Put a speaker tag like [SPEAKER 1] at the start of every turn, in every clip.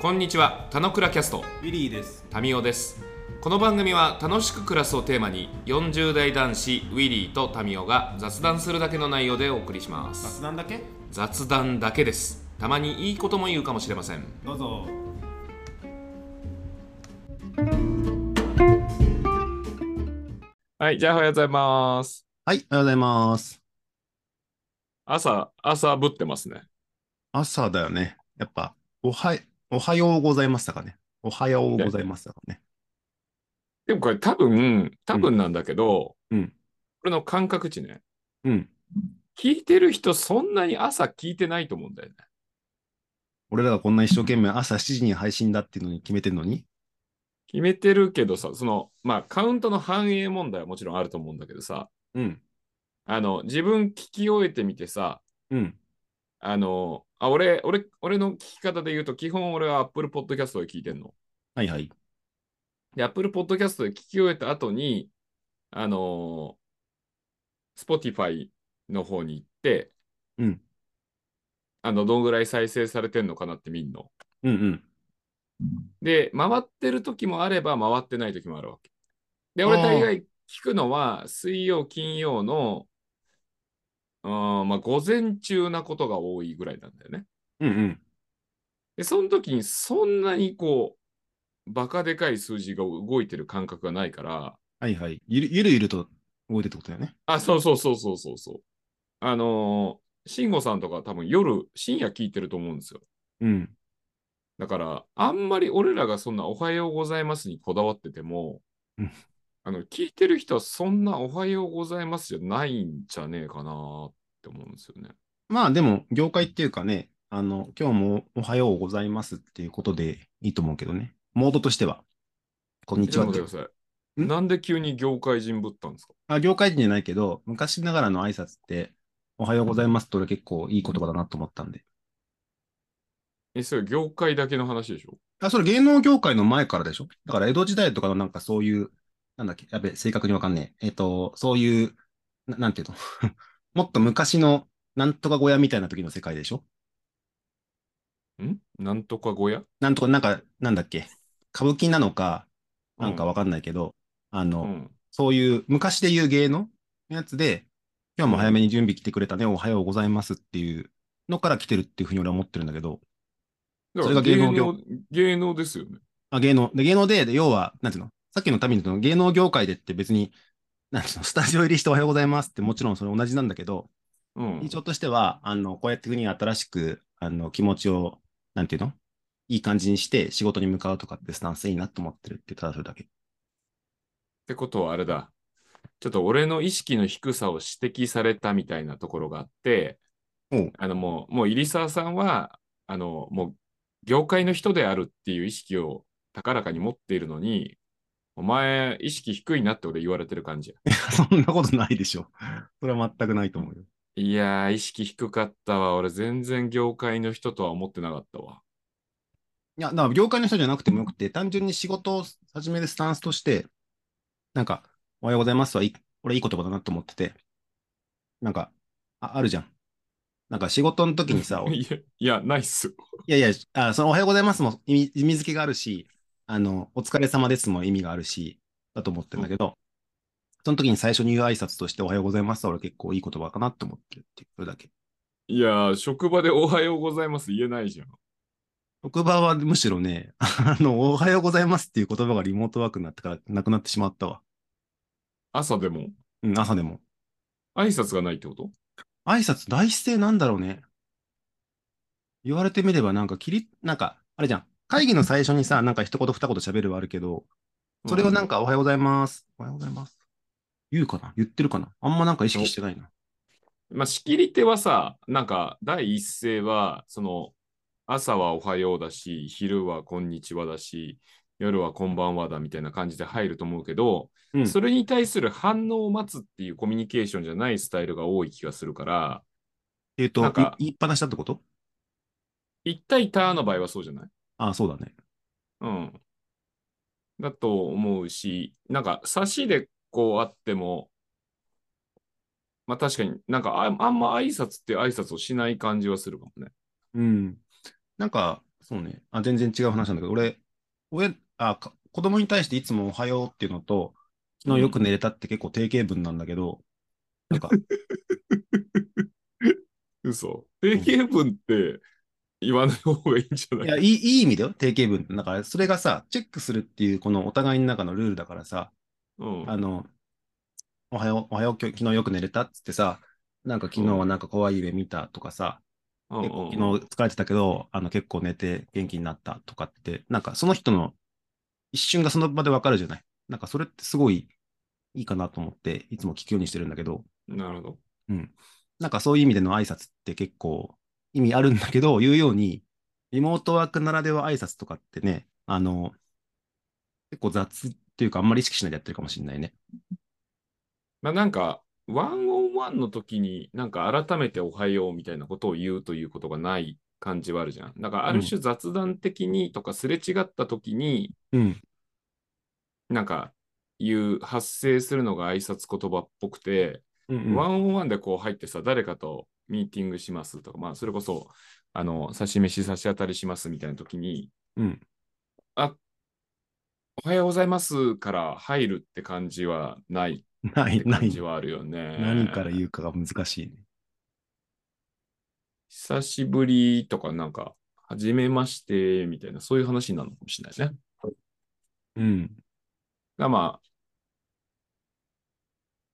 [SPEAKER 1] こんにちは、たのくらキャスト、
[SPEAKER 2] ウィリーです。
[SPEAKER 1] タミオです。この番組は楽しく暮らすをテーマに、40代男子ウィリーとタミオが雑談するだけの内容でお送りします。
[SPEAKER 2] 雑談だけ
[SPEAKER 1] 雑談だけです。たまにいいことも言うかもしれません。
[SPEAKER 2] どうぞ。
[SPEAKER 1] はい、じゃあおはようございます。
[SPEAKER 3] はい、おはようございます。
[SPEAKER 1] 朝、朝ぶってますね。
[SPEAKER 3] 朝だよね。やっぱ、おは、おはようございましたかね。おはようございましたかね。
[SPEAKER 1] でもこれ多分、多分なんだけど、
[SPEAKER 3] うんうん
[SPEAKER 1] これの感覚値ね。
[SPEAKER 3] うん。
[SPEAKER 1] 聞いてる人そんなに朝聞いてないと思うんだよね。
[SPEAKER 3] 俺らがこんな一生懸命朝7時に配信だっていうのに決めてるのに。
[SPEAKER 1] 決めてるけどさ、その、まあカウントの反映問題はもちろんあると思うんだけどさ、
[SPEAKER 3] うん。
[SPEAKER 1] あの、自分聞き終えてみてさ、
[SPEAKER 3] うん。
[SPEAKER 1] あの、あ、俺、俺、俺の聞き方で言うと、基本俺は Apple Podcast で聞いてんの。
[SPEAKER 3] はいはい。
[SPEAKER 1] で、Apple Podcast で聞き終えた後に、あのー、Spotify の方に行って、
[SPEAKER 3] うん。
[SPEAKER 1] あの、どんぐらい再生されてんのかなって見んの。
[SPEAKER 3] うんうん。
[SPEAKER 1] で、回ってる時もあれば、回ってない時もあるわけ。で、俺
[SPEAKER 3] あー
[SPEAKER 1] 大概聞くのは、水曜、金曜の、うーん、まあ、午前中なことが多いぐらいなんだよね。
[SPEAKER 3] うんうん。
[SPEAKER 1] で、その時にそんなにこう、バカでかい数字が動いてる感覚がないから、
[SPEAKER 3] はいはい。ゆるゆるゆると動いてるってことだよね。
[SPEAKER 1] あ、そうそうそうそうそうそう。あのー、慎吾さんとか多分夜、深夜聞いてると思うんですよ。
[SPEAKER 3] うん。
[SPEAKER 1] だから、あんまり俺らがそんなおはようございますにこだわってても
[SPEAKER 3] うん、
[SPEAKER 1] あの、聞いてる人はそんなおはようございますじゃないんじゃねえかなって思うんですよね。
[SPEAKER 3] まあでも、業界っていうかね、あの、今日もおはようございますっていうことでいいと思うけどね。モードとしては。こんに
[SPEAKER 1] ち
[SPEAKER 3] ち
[SPEAKER 1] ょ
[SPEAKER 3] は
[SPEAKER 1] っ
[SPEAKER 3] っ
[SPEAKER 1] と
[SPEAKER 3] て
[SPEAKER 1] 待ってください。
[SPEAKER 3] ん
[SPEAKER 1] なんで急に業界人ぶったんですか
[SPEAKER 3] あ、業界人じゃないけど、昔ながらの挨拶って、おはようございますって俺結構いい言葉だなと思ったんで。
[SPEAKER 1] え、それ業界だけの話でしょ
[SPEAKER 3] あ、それ芸能業界の前からでしょだから江戸時代とかのなんかそういう、なんだっけ、やべ、正確にわかんねえ。えっと、そういう、な、なんていうの もっと昔のなんとか小屋みたいな時の世界でしょ
[SPEAKER 1] んなんとか小屋
[SPEAKER 3] なんとか、なんか、なんだっけ、歌舞伎なのか、なんかわかんないけど、あ
[SPEAKER 1] う
[SPEAKER 3] の、
[SPEAKER 1] ん。
[SPEAKER 3] そういう昔で言う芸能のやつで、今日も早めに準備来てくれたね、おはようございますっていうのから来てるっていうふうに俺は思ってるんだけど、
[SPEAKER 1] だ
[SPEAKER 3] そ
[SPEAKER 1] から
[SPEAKER 3] れが
[SPEAKER 1] 芸
[SPEAKER 3] 芸
[SPEAKER 1] 能
[SPEAKER 3] 能業
[SPEAKER 1] 芸能ですよね。
[SPEAKER 3] あ、芸能。で、芸能で、で、要は、なんていうのさっきのために、芸能業界でって別に、なんていうのスタジオ入りしておはようございますって、もちろんそれ同じなんだけど、
[SPEAKER 1] うん。
[SPEAKER 3] 印象としては、あの、こうやって国に新しく、あの、気持ちを、なんていうのいい感じにして仕事に向かうとかってスタンスいいなと思ってるって、ただそれだけ。
[SPEAKER 1] ってことはあれだ。ちょっと俺の意識の低さを指摘されたみたいなところがあって
[SPEAKER 3] おう、
[SPEAKER 1] あのもう、もう入澤さんは、あの、もう業界の人であるっていう意識を高らかに持っているのに、お前、意識低いなって俺言われてる感じや。
[SPEAKER 3] そんなことないでしょ。それは全くないと思うよ。
[SPEAKER 1] いやー、意識低かったわ。俺全然業界の人とは思ってなかったわ。
[SPEAKER 3] いや、だから業界の人じゃなくてもよくて、単純に仕事を始めるスタンスとして、なんか、おはようございますはいい、俺いい言葉だなと思ってて、なんか、あ、あるじゃん。なんか仕事の時にさ、おい
[SPEAKER 1] いや、いや、ないっす。
[SPEAKER 3] やいや、あ、そのおはようございますも意味、意味付けがあるし、あの、お疲れ様ですも意味があるし、だと思ってるんだけど、その時に最初に言う挨拶としておはようございますは俺結構いい言葉かなと思ってるっていう、それだけ。
[SPEAKER 1] いやー、職場でおはようございます言えないじゃん。
[SPEAKER 3] 職場はむしろね、あの、おはようございますっていう言葉がリモートワークになってからなくなってしまったわ。
[SPEAKER 1] 朝でも
[SPEAKER 3] うん、朝でも。
[SPEAKER 1] 挨拶がないってこと
[SPEAKER 3] 挨拶第一声なんだろうね。言われてみればなんかきり、なんか、あれじゃん。会議の最初にさ、なんか一言二言喋るはあるけど、それをなん
[SPEAKER 1] か、
[SPEAKER 3] かおはようございます。おはようございます。言うかな言ってるかなあんまなんか意識してないな。
[SPEAKER 1] まあ、仕切り手はさ、なんか第一声は、その、朝はおはようだし、昼はこんにちはだし、夜はこんばんはだみたいな感じで入ると思うけど、
[SPEAKER 3] うん
[SPEAKER 1] それに対する反応を待つっていうコミュニケーションじゃないスタイルが多い気がするから、
[SPEAKER 3] えっ、と
[SPEAKER 1] なんか
[SPEAKER 3] い言いっぱなしだってこと
[SPEAKER 1] 一対他の場合はそうじゃない
[SPEAKER 3] ああ、そうだね。
[SPEAKER 1] うん。だと思うし、なんか、差しでこうあっても、まあ確かになんかああんま挨拶っていう挨拶をしない感じはするかもね。
[SPEAKER 3] うん。なんか、そうね。あ、全然違う話なんだけど、俺、俺、あ、か子供に対していつもおはようっていうのと、昨日よく寝れたって結構定型文なんだけど、なんか、
[SPEAKER 1] 嘘。定型文って言わない方がいいんじゃないい
[SPEAKER 3] や、いい、いい意味だよ、定型文って。だから、それがさ、チェックするっていう、このお互いの中のルールだからさ、
[SPEAKER 1] うん。
[SPEAKER 3] あの、おはよう、おはよう、今日昨日よく寝れたっつってさ、なんか昨日はなんか怖い夢見たとかさ、
[SPEAKER 1] うん
[SPEAKER 3] 結構
[SPEAKER 1] うん
[SPEAKER 3] 昨日疲れてたけど、あの結構寝て元気になったとかって、なんかその人の一瞬がその場でわかるじゃない。なんかそれってすごいいいかなと思って、いつも聞くようにしてるんだけど、
[SPEAKER 1] なるほど。
[SPEAKER 3] なんかそういう意味での挨拶って結構意味あるんだけど、 言うように、リモートワークならでは挨拶とかってね、あの、結構雑っていうかあんまり意識しないでやってるかもしれないね。
[SPEAKER 1] まあ、なんか、ワンオンワンの時に、なんか改めておはようみたいなことを言うということがない感じはあるじゃん。だから、ある種雑談的にとか、すれ違った時に、
[SPEAKER 3] うん。
[SPEAKER 1] なんか、言う、発生するのが挨拶言葉っぽくて、
[SPEAKER 3] うん
[SPEAKER 1] ワンオンワンでこう入ってさ、誰かとミーティングしますとか、まあ、それこそ、あの、差し飯差し当たりしますみたいな時に、
[SPEAKER 3] うん。
[SPEAKER 1] おはようございますから入るって感じはない
[SPEAKER 3] な
[SPEAKER 1] って
[SPEAKER 3] い、な
[SPEAKER 1] 感じ
[SPEAKER 3] い。
[SPEAKER 1] はあるよね。
[SPEAKER 3] 何から言うかが難しいね。
[SPEAKER 1] 久しぶりとか、なんか、はじめましてみたいな、そういう話になるのかもしれないね。
[SPEAKER 3] うん。
[SPEAKER 1] がまあ、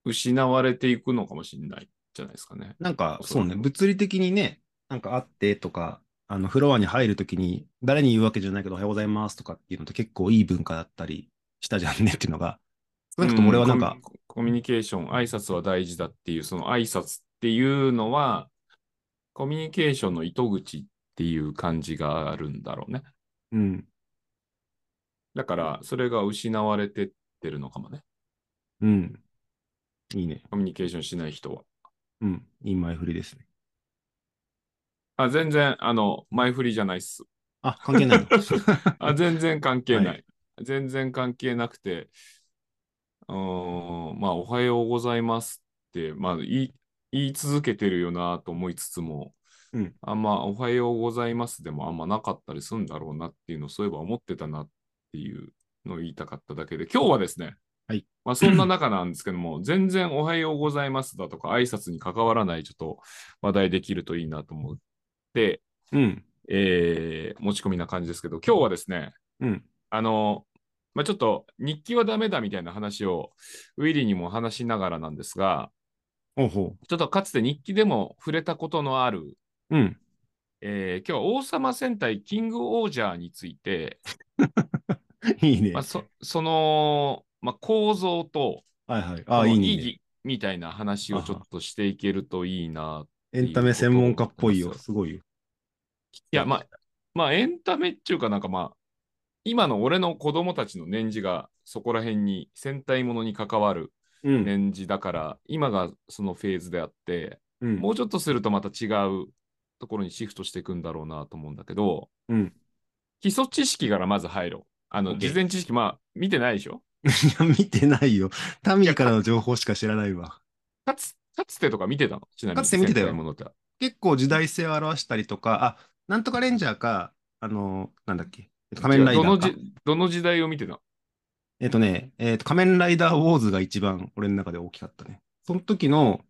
[SPEAKER 1] 失われていくのかもしれないじゃないですかね。
[SPEAKER 3] なんか、
[SPEAKER 1] そ
[SPEAKER 3] そううね、物理的にね、なんか会ってとか、あの、フロアに入るときに、誰に言うわけじゃないけど、おはようございますとかっていうのって結構いい文化だったりしたじゃんねっていうのが、少なくとも俺はなんか
[SPEAKER 1] う、コミコミュニケーション、挨拶は大事だっていう、その挨拶っていうのは、コミュニケーションの糸口っていう感じがあるんだろうね。
[SPEAKER 3] うん、
[SPEAKER 1] だから、それが失われてってるのかもね。
[SPEAKER 3] うん、いいね。
[SPEAKER 1] コミュニケーションしない人は。
[SPEAKER 3] うん、いい前振りですね。
[SPEAKER 1] あ、全然、あの、前振りじゃないっす。
[SPEAKER 3] あ、関係ないの。
[SPEAKER 1] あ、全然関係ない。
[SPEAKER 3] は
[SPEAKER 1] 全然関係なくて、うーん、まあ、おはようございますって、まあ、言い言い続けてるよなと思いつつも、
[SPEAKER 3] うん
[SPEAKER 1] あんま、おはようございますでもあんまなかったりするんだろうなっていうのを、そういえば思ってたなっていうのを言いたかっただけで、今日はですね、
[SPEAKER 3] はい
[SPEAKER 1] まあ、そんな中なんですけども、全然おはようございますだとか、挨拶に関わらない、ちょっと話題できるといいなと思って、
[SPEAKER 3] うん、
[SPEAKER 1] えー持ち込みな感じですけど、今日はですね、
[SPEAKER 3] うん、
[SPEAKER 1] あの、まあ、ちょっと日記はダメだみたいな話をウィリーにも話しながらなんですが、
[SPEAKER 3] おうほ
[SPEAKER 1] ちょっとかつて日記でも触れたことのある、
[SPEAKER 3] う。うん、
[SPEAKER 1] えー今日は王様戦隊キングオージャーについて、
[SPEAKER 3] いいね。
[SPEAKER 1] まあ、そその、まあ、構造と
[SPEAKER 3] はいはい。
[SPEAKER 1] そ
[SPEAKER 3] あ、
[SPEAKER 1] の
[SPEAKER 3] いい
[SPEAKER 1] 意
[SPEAKER 3] ね。
[SPEAKER 1] 義みたいな話をちょっとしていけるといいな。
[SPEAKER 3] エンタメ専門家っぽいよ。
[SPEAKER 1] そう
[SPEAKER 3] すごいよ。
[SPEAKER 1] いや、まあ、まあ、エンタメっていうかなんかまあ、今の俺の子供たちの年次がそこら辺に戦隊ものに関わる
[SPEAKER 3] うん、
[SPEAKER 1] 年次だから、今がそのフェーズであって、
[SPEAKER 3] うん、
[SPEAKER 1] もうちょっとするとまた違うところにシフトしていくんだろうなと思うんだけど、
[SPEAKER 3] うん。
[SPEAKER 1] 基礎知識からまず入ろう。あの、
[SPEAKER 3] OK
[SPEAKER 1] 事前知識、まあ、見てないでしょ
[SPEAKER 3] いや、見てないよ。民からの情報しか知らないわ。
[SPEAKER 1] かつ、かつてとか見てたのちなみに。
[SPEAKER 3] かつて見てたよ
[SPEAKER 1] 戦隊ものって。
[SPEAKER 3] 結構時代性を表したりとか、あ、なんとかレンジャーか、あの、なんだっけ、えっと仮面ライダ
[SPEAKER 1] どの
[SPEAKER 3] ー
[SPEAKER 1] じ
[SPEAKER 3] か。
[SPEAKER 1] どの時代を見てたの
[SPEAKER 3] えっとね、えっと、仮面ライダーウォーズが一番俺の中で大きかったね。その時の、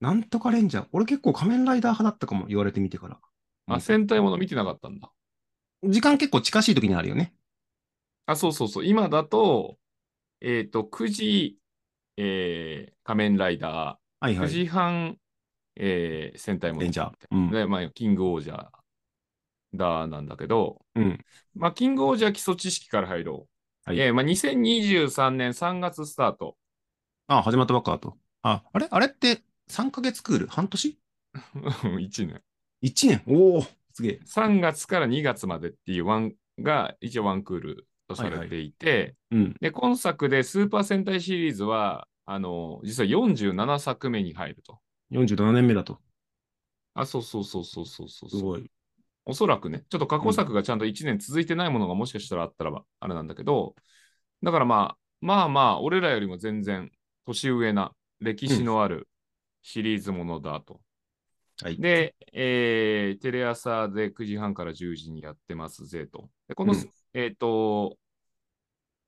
[SPEAKER 3] なんとかレンジャー、俺結構仮面ライダー派だったかも言われてみてから。
[SPEAKER 1] あ、戦隊もの見てなかったんだ。
[SPEAKER 3] 時間結構近しい時にあるよね。
[SPEAKER 1] あ、そうそうそう。今だと、えっ、と、9時、えー仮面ライダ
[SPEAKER 3] はい
[SPEAKER 1] ー、
[SPEAKER 3] は
[SPEAKER 1] 9
[SPEAKER 3] い。
[SPEAKER 1] 時半、えー戦隊もの
[SPEAKER 3] レンジャー。うん。
[SPEAKER 1] で、まあ、キングオージャーだなんだけど、
[SPEAKER 3] うん。
[SPEAKER 1] まあ、キングオージャー基礎知識から入ろう。
[SPEAKER 3] はい
[SPEAKER 1] えーまあ、2023年3月スタート。
[SPEAKER 3] あ、始まったばっかだと。あ、あれあれって3ヶ月クール半年
[SPEAKER 1] 1年。
[SPEAKER 3] ?1 年おおすげえ。
[SPEAKER 1] 3月から2月までっていうワンが一応ワンクールとされていて、
[SPEAKER 3] うん。
[SPEAKER 1] で、今作でスーパー戦隊シリーズは、あの、実は47作目に入ると。
[SPEAKER 3] 47年目だと。
[SPEAKER 1] あ、そうそうそうそうそうそう
[SPEAKER 3] す
[SPEAKER 1] そう。
[SPEAKER 3] ごい。
[SPEAKER 1] おそらくね、ちょっと過去作がちゃんと1年続いてないものがもしかしたらあったらば、あれなんだけど、だからまあ、まあまあ、俺らよりも全然年上な歴史のあるシリーズものだと。
[SPEAKER 3] はい。
[SPEAKER 1] で、えーテレ朝で9時半から10時にやってますぜと。でこの、
[SPEAKER 3] うん
[SPEAKER 1] えっ、と、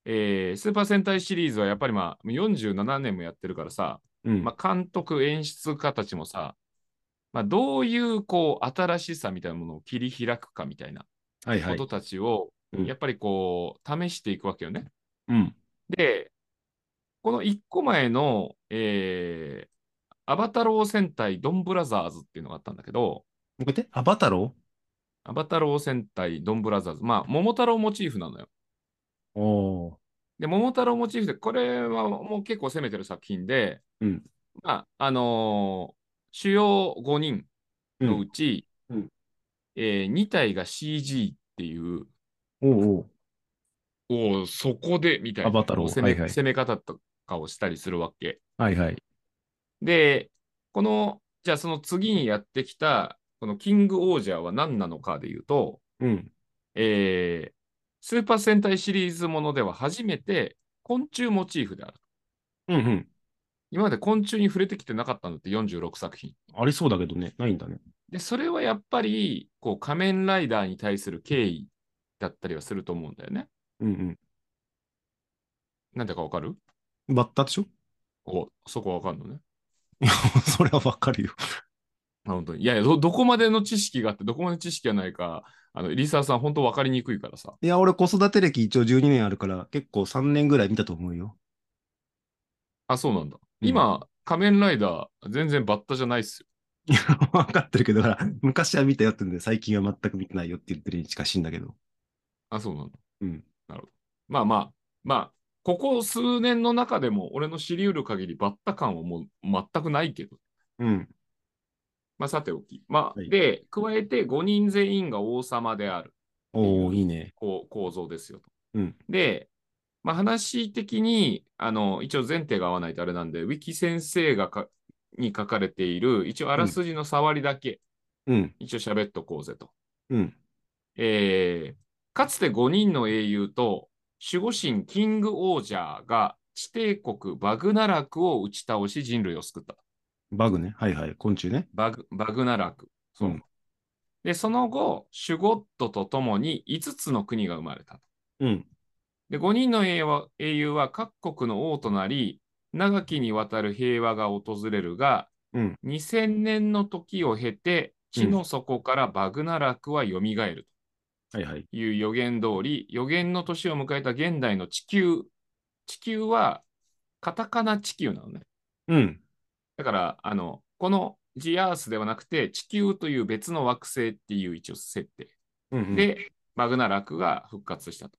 [SPEAKER 1] えースーパー戦隊シリーズはやっぱりまあ47年もやってるからさ、
[SPEAKER 3] うん。
[SPEAKER 1] まあ、監督、演出家たちもさ、まあ、どういうこう新しさみたいなものを切り開くかみたいな
[SPEAKER 3] はいは
[SPEAKER 1] こ
[SPEAKER 3] い
[SPEAKER 1] と。たちを、
[SPEAKER 3] うん
[SPEAKER 1] やっぱりこう試していくわけよね。
[SPEAKER 3] うん。
[SPEAKER 1] で、この1個前の、えーアバタロー戦隊ドンブラザーズっていうのがあったんだけど、
[SPEAKER 3] もう一回言って、アバタロ
[SPEAKER 1] アバタロー戦隊ドンブラザーズ。まあ、桃太郎モチーフなのよ。
[SPEAKER 3] ーおー。
[SPEAKER 1] で、桃太郎モチーフで、これはもう結構攻めてる作品で、
[SPEAKER 3] うん
[SPEAKER 1] まあ、あのー主要5人のうち、
[SPEAKER 3] うんうん
[SPEAKER 1] え2体が CG っていう、
[SPEAKER 3] おうおう。
[SPEAKER 1] おーそこでみたいな
[SPEAKER 3] アバタロー
[SPEAKER 1] こう攻め,、
[SPEAKER 3] はいはい
[SPEAKER 1] 攻め方とかをしたりするわけ。
[SPEAKER 3] はいはい。
[SPEAKER 1] で、この、じゃあその次にやってきた、このキングオージャーは何なのかでいうと、
[SPEAKER 3] うん。
[SPEAKER 1] えースーパー戦隊シリーズものでは初めて昆虫モチーフである。
[SPEAKER 3] うんうん。
[SPEAKER 1] 今まで昆虫に触れてきてなかったのって46作品。
[SPEAKER 3] ありそうだけどね、ないんだね。
[SPEAKER 1] で、それはやっぱり、こう、仮面ライダーに対する敬意だったりはすると思うんだよね。
[SPEAKER 3] うん
[SPEAKER 1] なんでかわかる
[SPEAKER 3] うん。バッタでしょ
[SPEAKER 1] お、そこはわかんのね。
[SPEAKER 3] それはわかるよ。
[SPEAKER 1] あ本当に。いやいやど、どこまでの知識があって、どこまで知識がないか、あの、リサーさん、本当わかりにくいからさ。
[SPEAKER 3] いや、俺子育て歴一応12年あるから、結構3年ぐらい見たと思うよ。
[SPEAKER 1] あ、そうなんだ。今、仮面ライダー、全然バッタじゃないっすよ。
[SPEAKER 3] わかってるけど、だから昔は見たよってんで、最近は全く見てないよって言ってるに近しいんだけど。
[SPEAKER 1] あ、そうなんだ。
[SPEAKER 3] うん。
[SPEAKER 1] まあまあ、まあ、ここ数年の中でも、俺の知り得る限り、バッタ感はもう全くないけど、
[SPEAKER 3] うん。
[SPEAKER 1] まあ、さておき。まあ、
[SPEAKER 3] はい
[SPEAKER 1] で、加えて5人全員が王様である、
[SPEAKER 3] おおいいね。
[SPEAKER 1] こう、構造ですよと。
[SPEAKER 3] うん
[SPEAKER 1] で、まあ、話的に、あの、一応前提が合わないとあれなんで、ウィキ先生がかに書かれている、一応あらすじの触りだけ、
[SPEAKER 3] うん。
[SPEAKER 1] 一応喋っとこうぜと。
[SPEAKER 3] うん。
[SPEAKER 1] えーかつて5人の英雄と守護神キングオージャーが地帝国バグナラクを打ち倒し人類を救った。
[SPEAKER 3] バグね。はいはい。昆虫ね。
[SPEAKER 1] バグバグナラク。そう
[SPEAKER 3] うん
[SPEAKER 1] で、その後、シュゴッドと共に5つの国が生まれた。
[SPEAKER 3] うん。
[SPEAKER 1] で、5人の英雄は英雄は各国の王となり、長きにわたる平和が訪れるが、
[SPEAKER 3] うん
[SPEAKER 1] 2000年の時を経て、地の底からバグナラクは蘇ると。
[SPEAKER 3] はいはい。
[SPEAKER 1] いう予言通り、予言の年を迎えた現代の地球、地球はカタカナ地球なのね。
[SPEAKER 3] うん。
[SPEAKER 1] だから、あの、このジアースではなくて、地球という別の惑星っていう一応設定。
[SPEAKER 3] うん、うん。、
[SPEAKER 1] で、マグナラクが復活したと。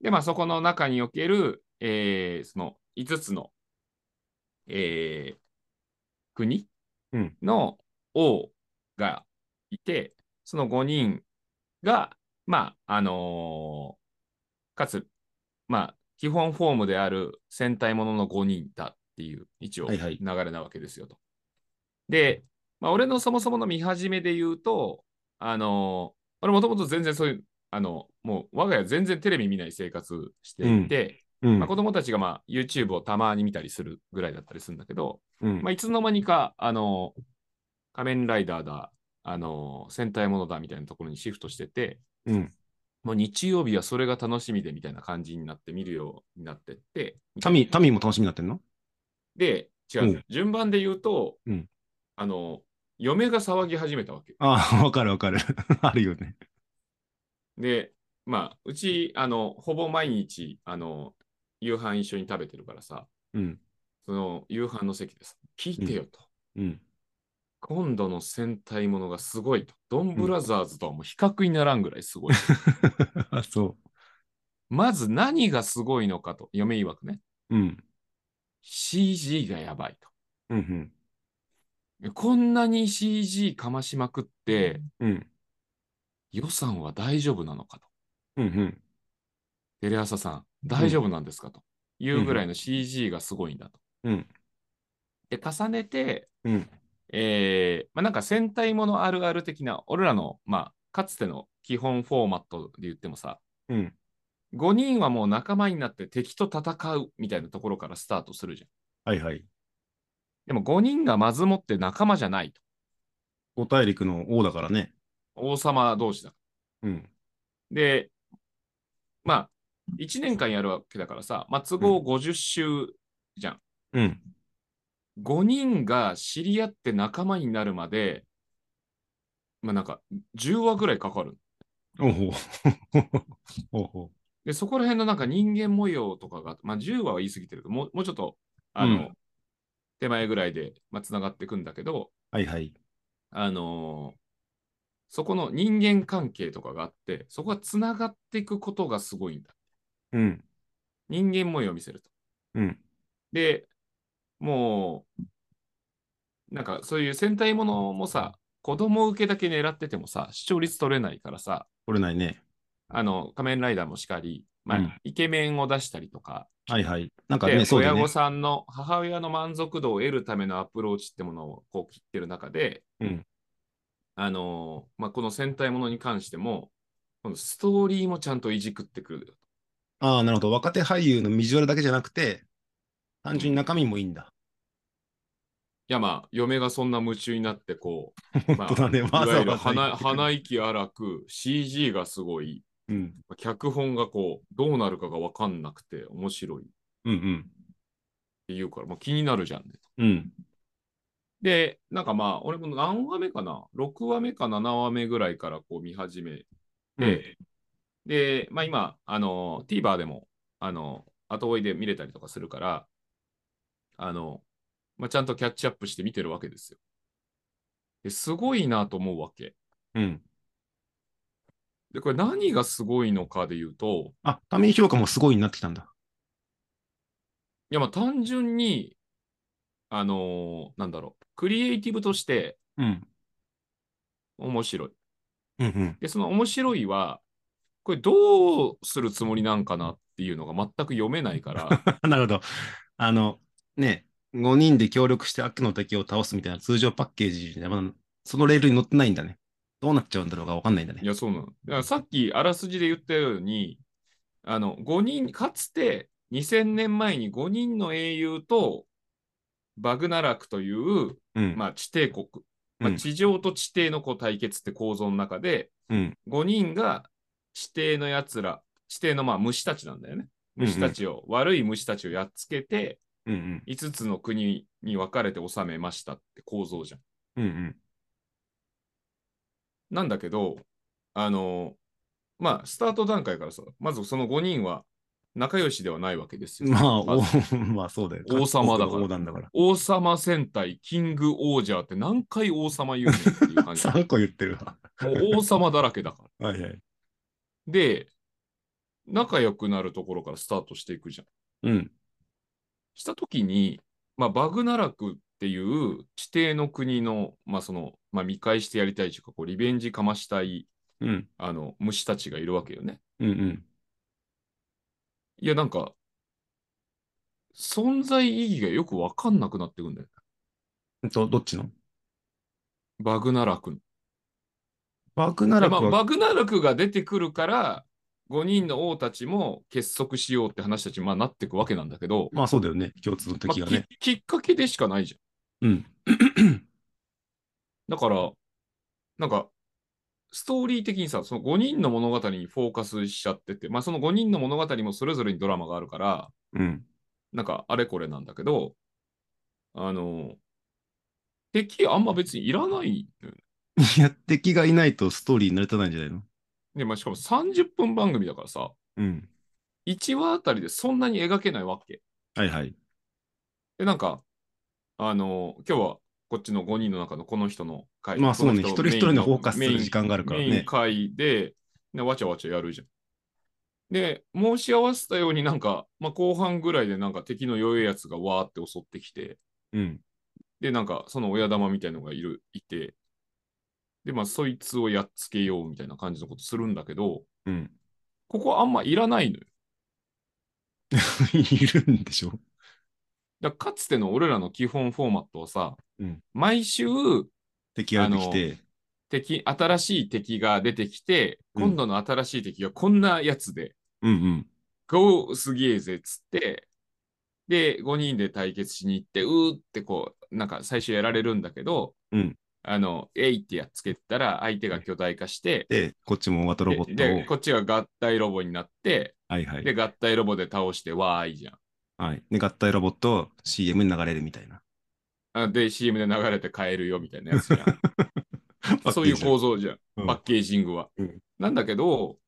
[SPEAKER 1] で、まあ、そこの中における、えーその5つの、えー国
[SPEAKER 3] うん
[SPEAKER 1] の王がいて、その5人が、まあ、あのーかつ、まあ、基本フォームである戦隊ものの5人だっていう、一応、
[SPEAKER 3] はい
[SPEAKER 1] 流
[SPEAKER 3] はい
[SPEAKER 1] れなわけですよと。で、まあ、俺のそもそもの見始めで言うと、あのー俺もともと全然そういう、あの、もう我が家全然テレビ見ない生活していて、
[SPEAKER 3] うん
[SPEAKER 1] まあ、子供たちがまあ YouTube をたまに見たりするぐらいだったりするんだけど、
[SPEAKER 3] うん
[SPEAKER 1] まあ、いつの間にか、あのー仮面ライダーだ、あのー戦隊ものだみたいなところにシフトしてて、
[SPEAKER 3] うん。
[SPEAKER 1] もう日曜日はそれが楽しみでみたいな感じになって見るようになってって、
[SPEAKER 3] タミ、タミも楽しみになってんの
[SPEAKER 1] で、違う、
[SPEAKER 3] うん
[SPEAKER 1] 順番で言うと、
[SPEAKER 3] うん
[SPEAKER 1] あの、嫁が騒ぎ始めたわけ。
[SPEAKER 3] ああ、わかるわかる。 あるよね。
[SPEAKER 1] で、まあ、うち、あの、ほぼ毎日、あの、夕飯一緒に食べてるからさ、
[SPEAKER 3] うん。
[SPEAKER 1] その夕飯の席でさ、聞いてよと。
[SPEAKER 3] うん。
[SPEAKER 1] 今度の戦隊ものがすごいと。ドンブラザーズとはもう比較にならんぐらいすごい。
[SPEAKER 3] あ、 そ
[SPEAKER 1] まず何がすごいのかと、嫁曰くね。
[SPEAKER 3] う。うん。
[SPEAKER 1] CG がやばいと。
[SPEAKER 3] うんうん。
[SPEAKER 1] こんなに CG かましまくって
[SPEAKER 3] うん。
[SPEAKER 1] 予算は大丈夫なのかと。
[SPEAKER 3] うんうん。
[SPEAKER 1] テレ朝さん、大丈夫なんですかというぐらいの CG がすごいんだと。
[SPEAKER 3] うん
[SPEAKER 1] で、重ねて、
[SPEAKER 3] うん
[SPEAKER 1] えーまあ、なんか戦隊ものあるある的な、俺らの、まあ、かつての基本フォーマットで言ってもさ、
[SPEAKER 3] うん。
[SPEAKER 1] 5人はもう仲間になって敵と戦うみたいなところからスタートするじゃん。
[SPEAKER 3] はいはい。
[SPEAKER 1] でも5人がまずもって仲間じゃないと。
[SPEAKER 3] 五大陸の王だからね。
[SPEAKER 1] 王様同士だ。
[SPEAKER 3] うん。
[SPEAKER 1] で、まあ、1年間やるわけだからさ、まあ、都合50週じゃん。
[SPEAKER 3] うん。
[SPEAKER 1] 5人が知り合って仲間になるまで、まあなんか10話ぐらいかかる。
[SPEAKER 3] おうほ う。おうほう。
[SPEAKER 1] で、そこら辺のなんか人間模様とかが、まあ10話は言い過ぎてるけど、もうもうちょっと、あの、
[SPEAKER 3] うん
[SPEAKER 1] 手前ぐらいで、まあ、つながっていくんだけど、
[SPEAKER 3] はいはい。
[SPEAKER 1] あのーそこの人間関係とかがあって、そこがつながっていくことがすごいんだ。
[SPEAKER 3] うん。
[SPEAKER 1] 人間模様を見せると。
[SPEAKER 3] うん。
[SPEAKER 1] で、もう、なんかそういう戦隊ものもさ、子供受けだけ狙っててもさ、視聴率取れないからさ、
[SPEAKER 3] 取れないね。
[SPEAKER 1] あの、仮面ライダーもしかり、まあ、
[SPEAKER 3] うん
[SPEAKER 1] イケメンを出したりとか、
[SPEAKER 3] はいはい。なんか
[SPEAKER 1] で、
[SPEAKER 3] ね、そうだ
[SPEAKER 1] 親
[SPEAKER 3] よね
[SPEAKER 1] 御。さんの母親の満足度を得るためのアプローチってものをこう切ってる中で、
[SPEAKER 3] うん
[SPEAKER 1] あのーまあ、この戦隊ものに関しても、このストーリーもちゃんといじくってくる。
[SPEAKER 3] ああ、なるほど。若手俳優のビジュアルだけじゃなくて、単純に中身もいいんだ。
[SPEAKER 1] いやまあ、嫁がそんな夢中になって、こ う、ま
[SPEAKER 3] 本当だね。
[SPEAKER 1] あ、いわ
[SPEAKER 3] わざ
[SPEAKER 1] ゆる
[SPEAKER 3] わざ言
[SPEAKER 1] 鼻
[SPEAKER 3] ってくる。
[SPEAKER 1] 鼻息荒く、CG がすごい、
[SPEAKER 3] うん。
[SPEAKER 1] 脚本がこう、どうなるかが分かんなくて面白いっ
[SPEAKER 3] うん
[SPEAKER 1] ていうから、まあ、気になるじゃんね。
[SPEAKER 3] うん。うん。
[SPEAKER 1] で、なんかまあ、俺も何話目かな ?6 話目か7話目ぐらいからこう見始めて、
[SPEAKER 3] うん
[SPEAKER 1] で、まあ今、あの、TVer でも、あの、後追いで見れたりとかするから、あの、まあ、ちゃんとキャッチアップして見てるわけですよ。ですごいなと思うわけ。
[SPEAKER 3] うん。
[SPEAKER 1] で、これ何がすごいのかで言うと、
[SPEAKER 3] あ、ダミー評価もすごいになってきたんだ。
[SPEAKER 1] いやまあ単純に、あのなんだろう、クリエイティブとして
[SPEAKER 3] うん。
[SPEAKER 1] 面白い。
[SPEAKER 3] うんうん。
[SPEAKER 1] で、その面白いは、これどうするつもりなんかなっていうのが全く読めないから、
[SPEAKER 3] なるほど。あの、ね、5人で協力して悪の敵を倒すみたいな通常パッケージじゃ、まあそのレールに乗ってないんだね。どうなっちゃうんだろうがわかんないんだ
[SPEAKER 1] い
[SPEAKER 3] ね。
[SPEAKER 1] や、そうなの。だからさっきあらすじで言ったように、あの、5人、かつて2000年前に5人の英雄とバグナラクという、
[SPEAKER 3] うん。
[SPEAKER 1] まあ、地帝国、まあ、
[SPEAKER 3] うん
[SPEAKER 1] 地上と地底のこう対決って構造の中で、
[SPEAKER 3] うん。
[SPEAKER 1] 5人が地底のやつら、地底のまあ虫たちなんだよね。
[SPEAKER 3] うんうん
[SPEAKER 1] 虫たちを、悪い虫たちをやっつけて、
[SPEAKER 3] うんうん。
[SPEAKER 1] 5つの国に分かれて治めましたって構造じゃん。
[SPEAKER 3] うんうん。
[SPEAKER 1] なんだけど、あの、まあ、スタート段階からさ、まずその5人は仲良しではないわけですよ。
[SPEAKER 3] まあ、
[SPEAKER 1] ま
[SPEAKER 3] お
[SPEAKER 1] ず
[SPEAKER 3] まあそうだよ。
[SPEAKER 1] 王様だから
[SPEAKER 3] 王なんだから。
[SPEAKER 1] 王様戦隊、キングオージャーって何回王様言うねんっていう 感じ。
[SPEAKER 3] 3個言ってるわ。
[SPEAKER 1] もう王様だらけだから。
[SPEAKER 3] はいはい。
[SPEAKER 1] で、仲良くなるところからスタートしていくじゃん。
[SPEAKER 3] うん。
[SPEAKER 1] したときに、まあ、バグナラクっていう地底の国の、まあそのまあ、見返してやりたいというかこう、リベンジかましたい
[SPEAKER 3] うん。
[SPEAKER 1] あの虫たちがいるわけよね。
[SPEAKER 3] うんうん。
[SPEAKER 1] いや、なんか、存在意義がよくわかんなくなってくんだよ。
[SPEAKER 3] えっと、どっちの
[SPEAKER 1] バグナラクの。
[SPEAKER 3] バグナ
[SPEAKER 1] で
[SPEAKER 3] ラ
[SPEAKER 1] ま
[SPEAKER 3] ク
[SPEAKER 1] あ、
[SPEAKER 3] は、
[SPEAKER 1] バグナラクが出てくるから、5人の王たちも結束しようって話たちにまあなってくわけなんだけど、
[SPEAKER 3] まあそうだよね。共通の
[SPEAKER 1] まあ
[SPEAKER 3] 敵がね。
[SPEAKER 1] ききっかけでしかないじゃん。
[SPEAKER 3] うん。
[SPEAKER 1] だから、なんか、ストーリー的にさ、その5人の物語にフォーカスしちゃってて、まあその5人の物語もそれぞれにドラマがあるから、
[SPEAKER 3] うん。
[SPEAKER 1] なんかあれこれなんだけど、あの、敵あんま別にいらないのよね。
[SPEAKER 3] いや、敵がいないとストーリーになれたないんじゃないの
[SPEAKER 1] で、まあ、しかも30分番組だからさ、
[SPEAKER 3] うん。
[SPEAKER 1] 1話あたりでそんなに描けないわけ。
[SPEAKER 3] はいはい。
[SPEAKER 1] で、なんか、あの今日はこっちの5人の中のこの人の回。
[SPEAKER 3] まあそうね。
[SPEAKER 1] こ
[SPEAKER 3] 一
[SPEAKER 1] の
[SPEAKER 3] 人
[SPEAKER 1] 人
[SPEAKER 3] 一人のフォーカスする時間があるから
[SPEAKER 1] メイン
[SPEAKER 3] ね。
[SPEAKER 1] 会で、ね、わちゃわちゃやるじゃん。で、申し合わせたようになんか、まあ、後半ぐらいでなんか敵の弱いやつがわーって襲ってきて、
[SPEAKER 3] うん。
[SPEAKER 1] で、なんかその親玉みたいのがいる、いて、で、まあそいつをやっつけようみたいな感じのことするんだけど、
[SPEAKER 3] うん。
[SPEAKER 1] ここあんまいらないのよ。
[SPEAKER 3] いるんでしょ
[SPEAKER 1] だからかつての俺らの基本フォーマットはさ、
[SPEAKER 3] うん
[SPEAKER 1] 毎週
[SPEAKER 3] 敵が出てきて。
[SPEAKER 1] 敵、新しい敵が出てきて、
[SPEAKER 3] うん
[SPEAKER 1] 今度の新しい敵がこんなやつで、
[SPEAKER 3] うんうん。
[SPEAKER 1] こうすげえぜっつって、で、5人で対決しに行って、うーってこう、なんか最初やられるんだけど、
[SPEAKER 3] うん
[SPEAKER 1] あの、えいってやっつけたら、相手が巨大化して、
[SPEAKER 3] で、こっちも大型ロボット
[SPEAKER 1] で、
[SPEAKER 3] を。
[SPEAKER 1] こっちが合体ロボになって、
[SPEAKER 3] はいは
[SPEAKER 1] で、
[SPEAKER 3] い。
[SPEAKER 1] 合体ロボで倒して、わーいじゃん
[SPEAKER 3] はい。で、合体ロボットを CM に流れるみたい な。
[SPEAKER 1] あ。で、CM で流れて買えるよみたいなやつじゃん。そういう
[SPEAKER 3] こ
[SPEAKER 1] 構造じゃん、
[SPEAKER 3] うん
[SPEAKER 1] パッケージングは。
[SPEAKER 3] うん
[SPEAKER 1] なんだけど、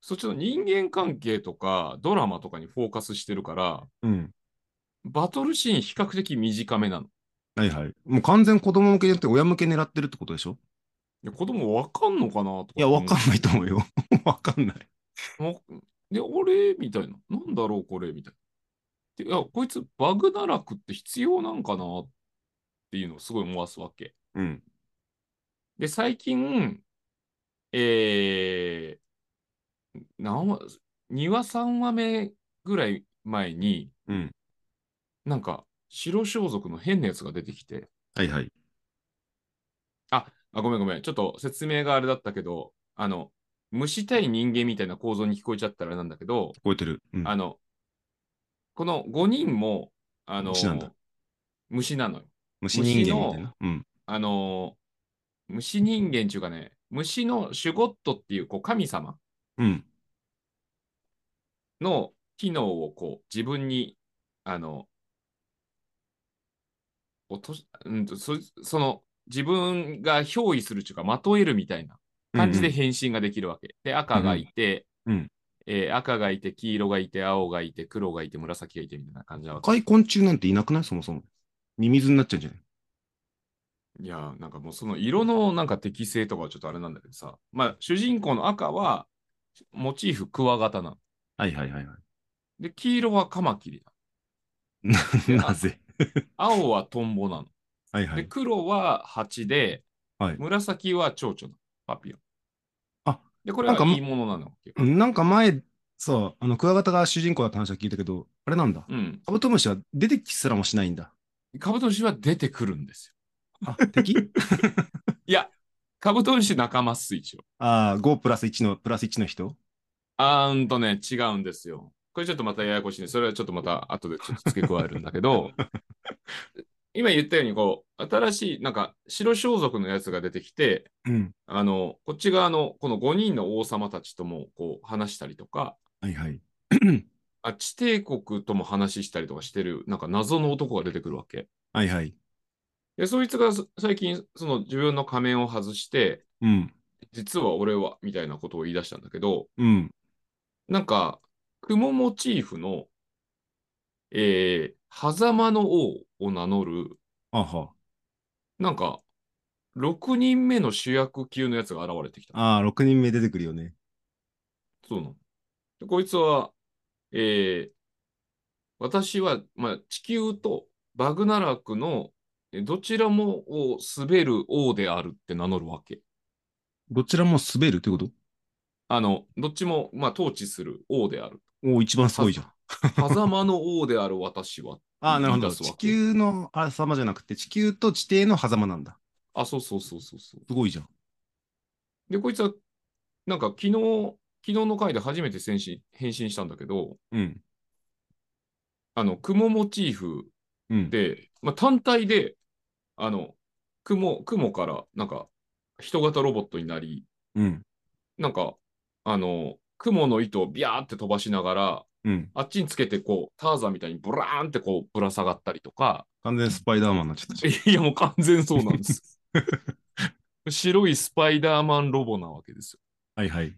[SPEAKER 1] そっちの人間関係とかドラマとかにフォーカスしてるから、
[SPEAKER 3] うん。
[SPEAKER 1] バトルシーン比較的短めなの。い
[SPEAKER 3] はいはい。もう完全子供向けじゃなくて親向け狙ってるってことでしょ
[SPEAKER 1] や子供わかんのかなとか。
[SPEAKER 3] いや、わかんないと思うよ。 わかんない。
[SPEAKER 1] もうで、俺みたいな。なんだろう、これみたいな。でいや、こいつバグ堕落って必要なんかなっていうのをすごい思わすわけ。
[SPEAKER 3] うん。
[SPEAKER 1] で、最近、えー、何話、2話3話目ぐらい前に、
[SPEAKER 3] うん。
[SPEAKER 1] なんか、白装束の変なやつが出てきて、
[SPEAKER 3] はいはい。
[SPEAKER 1] あ、ごめんごめん、ちょっと説明があれだったけど、あの、虫対人間みたいな構造に聞こえちゃったらあれなんだけど、
[SPEAKER 3] 聞こえてる。うん。
[SPEAKER 1] あの、この5人も、あの、
[SPEAKER 3] 虫なんだ
[SPEAKER 1] 虫なのよ。
[SPEAKER 3] 虫人間みたいな。うん。
[SPEAKER 1] あの、虫人間っていうかね、虫のシュゴットっていうこう神様
[SPEAKER 3] うん。
[SPEAKER 1] の機能をこう自分に、あの、落とし、うんと、そその自分が憑依するというか、まとえるみたいな感じで変身ができるわけ。で、赤がいて、
[SPEAKER 3] うんうん
[SPEAKER 1] えー赤がいて、黄色がいて、青がいて、黒がいて、紫がいてみたいな感じなわけ。
[SPEAKER 3] 赤い昆虫なんていなくないそもそも。ミミズになっちゃうんじゃない
[SPEAKER 1] いやー、なんかもうその色のなんか適性とかはちょっとあれなんだけどさ、まあ主人公の赤はモチーフクワガタなの。
[SPEAKER 3] はいはいはいは
[SPEAKER 1] で、黄色はカマキリなの。
[SPEAKER 3] い。 なぜ
[SPEAKER 1] 青はトンボなの。
[SPEAKER 3] はいは
[SPEAKER 1] で、
[SPEAKER 3] い。
[SPEAKER 1] 黒は蜂で、
[SPEAKER 3] はい
[SPEAKER 1] 紫は蝶々なの。パピオン。
[SPEAKER 3] あ
[SPEAKER 1] で、これは
[SPEAKER 3] なんか
[SPEAKER 1] いいものなの。
[SPEAKER 3] うんなんか前、さ、あの、クワガタが主人公だった話は聞いたけど、あれなんだ。
[SPEAKER 1] うん。
[SPEAKER 3] カブトムシは出てきすらもしないんだ。
[SPEAKER 1] カブトムシは出てくるんです
[SPEAKER 3] あ、 敵
[SPEAKER 1] よ。いや、カブトムシ仲間っす、一応。
[SPEAKER 3] ああ、5プラス1の、プラス1の人
[SPEAKER 1] あーんとね、違うんですよ。これちょっとまたややこしいね。それはちょっとまた後でちょっ と付け加えるんだけど、今言ったように、こう、新しい、なんか、白装束のやつが出てきて、
[SPEAKER 3] うん。
[SPEAKER 1] あの、こっち側の、この5人の王様たちとも、こう、話したりとか、
[SPEAKER 3] はいはい。
[SPEAKER 1] あ、地帝国とも話したりとかしてる、なんか謎の男が出てくるわけ。
[SPEAKER 3] はいはい。
[SPEAKER 1] で、そいつがそ最近、その自分の仮面を外して、
[SPEAKER 3] うん。
[SPEAKER 1] 実は俺は、みたいなことを言い出したんだけど、
[SPEAKER 3] うん。
[SPEAKER 1] なんか、雲モチーフの、えー、狭間の王を名乗る、
[SPEAKER 3] あは。
[SPEAKER 1] なんか、6人目の主役級のやつが現れてきた。
[SPEAKER 3] ああ、6人目出てくるよね。
[SPEAKER 1] そうなの。でこいつは、えー私は、まあ、地球とバグナラクのえどちらもを滑る王であるって名乗るわけ。
[SPEAKER 3] どちらも滑るってこと
[SPEAKER 1] あの、どっちも、まあ、統治する王である。
[SPEAKER 3] おお、一番すごいじゃん。
[SPEAKER 1] 狭間の王である私は。
[SPEAKER 3] ああ、なるほ
[SPEAKER 1] 言
[SPEAKER 3] ど。
[SPEAKER 1] い出すわ
[SPEAKER 3] 地
[SPEAKER 1] け
[SPEAKER 3] 球の狭間じゃなくて、地球と地底の狭間なんだ。
[SPEAKER 1] あ、そうそうそうそうそう。
[SPEAKER 3] すごいじゃん。
[SPEAKER 1] で、こいつは、なんか昨日、昨日の回で初めて変身変身したんだけど、
[SPEAKER 3] うん。
[SPEAKER 1] あの、雲モチーフ
[SPEAKER 3] うん。
[SPEAKER 1] で、まあ、単体で、あの、雲、雲から、なんか、人型ロボットになり、
[SPEAKER 3] うん。
[SPEAKER 1] なんか、あの、雲の糸をビャーって飛ばしながら、
[SPEAKER 3] うん。
[SPEAKER 1] あっちにつけて、こう、ターザンみたいにブラーンってこう、ぶら下がったりとか、
[SPEAKER 3] 完全にスパイダーマンになっちゃったじゃん。
[SPEAKER 1] いや、もう完全そうなんです。白いスパイダーマンロボなわけですよ。
[SPEAKER 3] はいはい。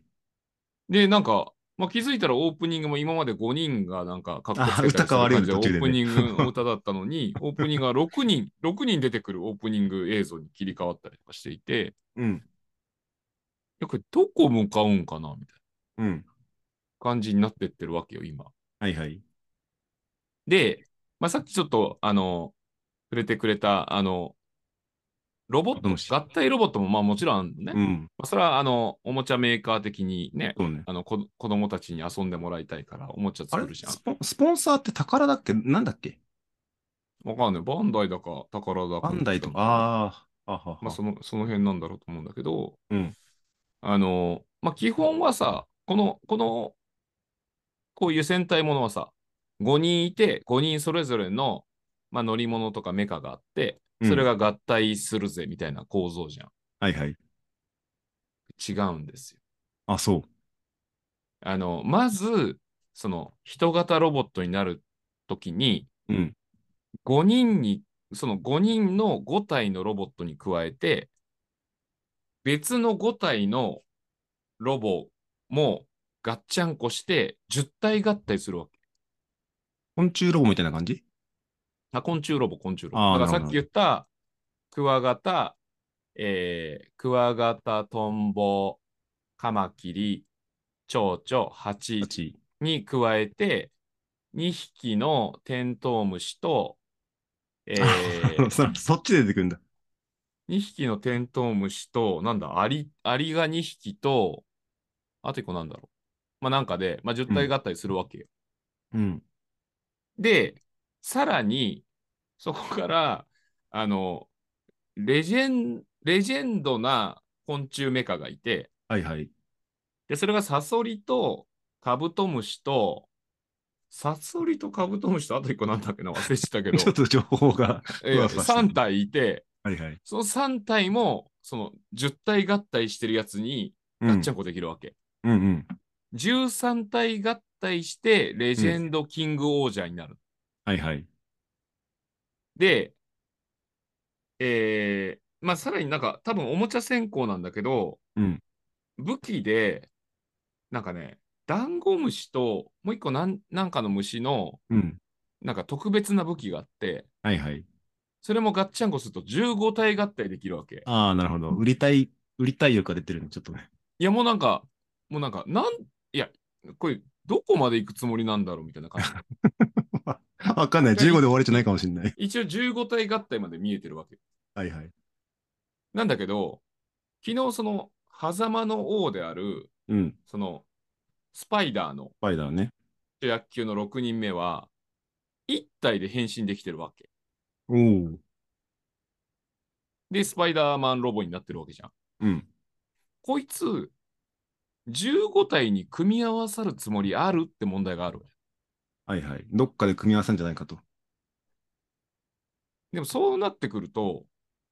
[SPEAKER 1] で、なんか、まあ、気づいたらオープニングも今まで5人がなんかかっこ
[SPEAKER 3] あ
[SPEAKER 1] つけたりする感じで
[SPEAKER 3] 歌変わるよね
[SPEAKER 1] オ
[SPEAKER 3] 途中でね
[SPEAKER 1] ープニングの歌だったの に、オープニングが6人、6人出てくるオープニング映像に切り替わったりとかしていて、い
[SPEAKER 3] うん。
[SPEAKER 1] やこれどこ向かうんかなみたいな
[SPEAKER 3] うん。
[SPEAKER 1] 感じになってってるわけよ、今。
[SPEAKER 3] はいはい。
[SPEAKER 1] で、まあ、さっきちょっと、あの、触れてくれた、あの、ロボッ
[SPEAKER 3] カブトムシ
[SPEAKER 1] ト、合体ロボットもまあもちろんあるのね。
[SPEAKER 3] う
[SPEAKER 1] ま
[SPEAKER 3] ん。
[SPEAKER 1] あ、それはあの、おもちゃメーカー的にね、
[SPEAKER 3] そうね。
[SPEAKER 1] あのこ子供たちに遊んでもらいたいから、おもちゃ
[SPEAKER 3] あ
[SPEAKER 1] 作
[SPEAKER 3] れ
[SPEAKER 1] るじゃん
[SPEAKER 3] ス。ポンスポンサーって宝だっけなんだっけ
[SPEAKER 1] わかんない。バンダイだか、宝だか。
[SPEAKER 3] バンダイとか。
[SPEAKER 1] あ。
[SPEAKER 3] ああ。あはは
[SPEAKER 1] まあ、その、その辺なんだろうと思うんだけど、
[SPEAKER 3] うん
[SPEAKER 1] あの、まあ、基本はさ、この、この、こういう戦隊ものはさ、5人いて、5人それぞれの、まあ、乗り物とかメカがあって、
[SPEAKER 3] うん
[SPEAKER 1] それが合体するぜみたいな構造じゃん。
[SPEAKER 3] はいはい。
[SPEAKER 1] 違うんですよ。
[SPEAKER 3] あ、そう。
[SPEAKER 1] あの、まず、その、人型ロボットになるときに、
[SPEAKER 3] うん。
[SPEAKER 1] 5人に、その5人の5体のロボットに加えて、別の5体のロボもガッチャンコして10体合体するわけ。
[SPEAKER 3] 昆虫ロボみたいな感じ
[SPEAKER 1] あ、昆虫ロボ、昆虫ロボ。
[SPEAKER 3] あー
[SPEAKER 1] だからさっ
[SPEAKER 3] なるほど
[SPEAKER 1] き言った、クワガタ、えー、クワガタ、トンボ、カマキリ、チョウチョ、ハチ
[SPEAKER 3] 八
[SPEAKER 1] に加えて、2匹のテントウムシと、え ー
[SPEAKER 3] そ そっちで出てくるんだ。
[SPEAKER 1] 2匹のテントウムシと、なんだ、アリ、アリが2匹と、あと1個なんだろう。まあなんかで、まあ10体合体するわけよ。
[SPEAKER 3] うん。
[SPEAKER 1] で、さらに、そこから、あの、レジェン、レジェンドな昆虫メカがいて、
[SPEAKER 3] はいはい。
[SPEAKER 1] で、それがサソリとカブトムシと、サソリとカブトムシとあと1個なんだっけな、忘れてたけど
[SPEAKER 3] ちょっ、と情報が。
[SPEAKER 1] え
[SPEAKER 3] ふわふわしてる
[SPEAKER 1] 3体いて、
[SPEAKER 3] はいはい。
[SPEAKER 1] その3体も、その10体合体してるやつに
[SPEAKER 3] う
[SPEAKER 1] ガッ
[SPEAKER 3] ん
[SPEAKER 1] チャンコできるわけ。
[SPEAKER 3] うんうん。
[SPEAKER 1] 13体合体して、レジェンドキング王者になる。
[SPEAKER 3] はいはい。
[SPEAKER 1] で、えー、まあ、さらになんか、多分おもちゃ専攻なんだけど、
[SPEAKER 3] うん
[SPEAKER 1] 武器で、なんかね、ダンゴムシと、もう一個なんなんかの虫の、
[SPEAKER 3] うん。
[SPEAKER 1] なんか特別な武器があって、
[SPEAKER 3] はいはい。
[SPEAKER 1] それもガッチャンコすると15体合体できるわけ。
[SPEAKER 3] ああ、なるほど。売りたい、売りたい欲が出てるね、ちょっとね。
[SPEAKER 1] いや、もうなんか、もうなんか、なん、いや、これ、どこまで行くつもりなんだろうみたいな 感じ。
[SPEAKER 3] わかんない。15で終わりじゃないかもしれない。
[SPEAKER 1] 一応15体合体まで見えてるわけ。
[SPEAKER 3] はいはい。
[SPEAKER 1] なんだけど、昨日その、狭間の王である、
[SPEAKER 3] うん。
[SPEAKER 1] その、スパイダーの
[SPEAKER 3] スパイダーね。
[SPEAKER 1] 主役級の6人目は、1体で変身できてるわけ。
[SPEAKER 3] おお。
[SPEAKER 1] で、スパイダーマンロボになってるわけじゃん。
[SPEAKER 3] うん。
[SPEAKER 1] こいつ、15体に組み合わさるつもりあるって問題があるわ。
[SPEAKER 3] はいはい。どっかで組み合わせるんじゃないかと。
[SPEAKER 1] でもそうなってくると、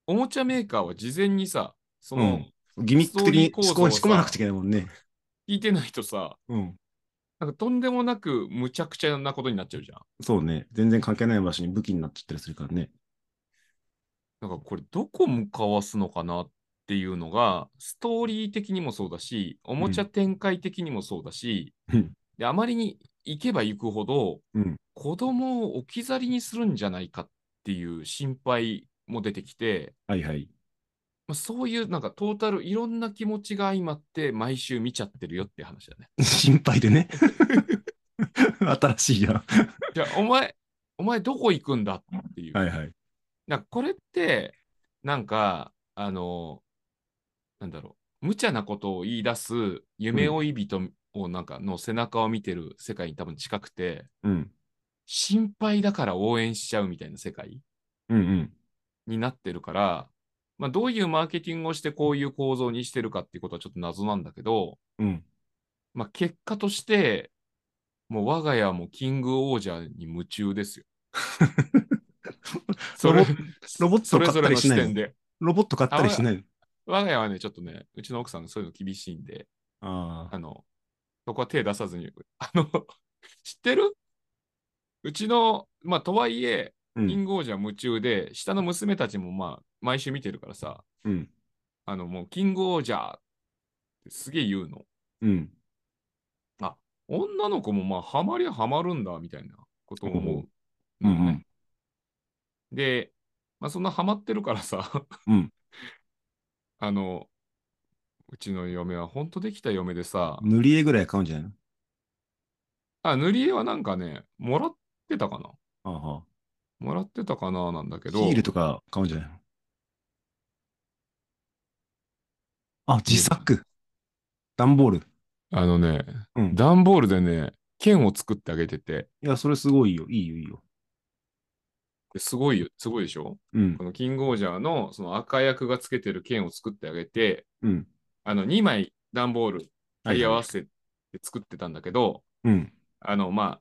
[SPEAKER 1] おもちゃメーカーは事前にさ、その、
[SPEAKER 3] うんギミック的に
[SPEAKER 1] ストーリー
[SPEAKER 3] 仕
[SPEAKER 1] 構造は
[SPEAKER 3] 込
[SPEAKER 1] さ
[SPEAKER 3] 仕込まなくちゃいけないもんね。
[SPEAKER 1] 聞いてないとさ、
[SPEAKER 3] うん。
[SPEAKER 1] なんかとんでもなくむちゃくちゃなことになっちゃうじゃん。
[SPEAKER 3] そうね。全然関係ない場所に武器になっちゃったりするからね。
[SPEAKER 1] なんかこれどこ向かわすのかなっていうのが、ストーリー的にもそうだし、おもちゃ展開的にもそうだし、
[SPEAKER 3] うん
[SPEAKER 1] であまりに行けば行くほど、
[SPEAKER 3] うん
[SPEAKER 1] 子供を置き去りにするんじゃないかっていう心配も出てきて、
[SPEAKER 3] はいはい。
[SPEAKER 1] まあ、そういうなんかトータルいろんな気持ちが相まって毎週見ちゃってるよって話だね。
[SPEAKER 3] 心配でね。 新しいやん。は
[SPEAKER 1] じゃあお前、お前どこ行くんだっていう。
[SPEAKER 3] いはい。
[SPEAKER 1] なんかこれって、なんか、あの、なんだろう、無茶なことを言い出す夢追い人をなんかの背中を見てる世界に多分近くて、
[SPEAKER 3] うん。
[SPEAKER 1] 心配だから応援しちゃうみたいな世界
[SPEAKER 3] うんうん。
[SPEAKER 1] になってるから、まあ、どういうマーケティングをしてこういう構造にしてるかっていうことはちょっと謎なんだけど、
[SPEAKER 3] うん。
[SPEAKER 1] まあ、結果として、もう我が家はもうキングオージャーに夢中です よ。それ
[SPEAKER 3] ロボロボット
[SPEAKER 1] そ
[SPEAKER 3] を
[SPEAKER 1] れ
[SPEAKER 3] 買っ
[SPEAKER 1] ぞれ
[SPEAKER 3] たり
[SPEAKER 1] の視
[SPEAKER 3] しない
[SPEAKER 1] 点
[SPEAKER 3] の。
[SPEAKER 1] で。
[SPEAKER 3] ロボット買ったりしないの。
[SPEAKER 1] 我が家はね、ちょっとね、うちの奥さんがそういうの厳しいんで、
[SPEAKER 3] あ
[SPEAKER 1] あの、そこは手出さずに、 あの、知ってるうちの、まあ、とはいえ、
[SPEAKER 3] あ。う
[SPEAKER 1] キン
[SPEAKER 3] ん。
[SPEAKER 1] グオージャー夢中で、下の娘たちも、まあ、毎週見てるからさ、
[SPEAKER 3] うん。
[SPEAKER 1] あの、もう、キングオージャーってすげえ言うの。
[SPEAKER 3] うん。
[SPEAKER 1] 女の子も、まあ、ハマりゃハマるんだ、みたいなことを思う。
[SPEAKER 3] うんうん。
[SPEAKER 1] で、まあ、そんなハマってるからさ、
[SPEAKER 3] うん
[SPEAKER 1] あの、うちの嫁は本当できた嫁でさ、
[SPEAKER 3] 塗り絵ぐらい買うんじゃないの
[SPEAKER 1] あ、塗り絵はなんかね、もらってたかな
[SPEAKER 3] ああは
[SPEAKER 1] もらってたかななんだけ
[SPEAKER 3] あ。
[SPEAKER 1] ど。
[SPEAKER 3] ヒールとか買うんじゃないのあ、自作。段ボール。
[SPEAKER 1] あのね、
[SPEAKER 3] うん。
[SPEAKER 1] 段ボールでね、剣を作ってあげてて、
[SPEAKER 3] いや、それすごいよ。いいよ、いいよ。
[SPEAKER 1] すごいよ、すごいでしょ
[SPEAKER 3] うん
[SPEAKER 1] こ。のキングオージャーのその赤役がつけてる剣を作ってあげて、
[SPEAKER 3] うん。
[SPEAKER 1] あの2枚段ボール貼り合わせて作ってたんだけど、
[SPEAKER 3] うん。
[SPEAKER 1] あのまあ、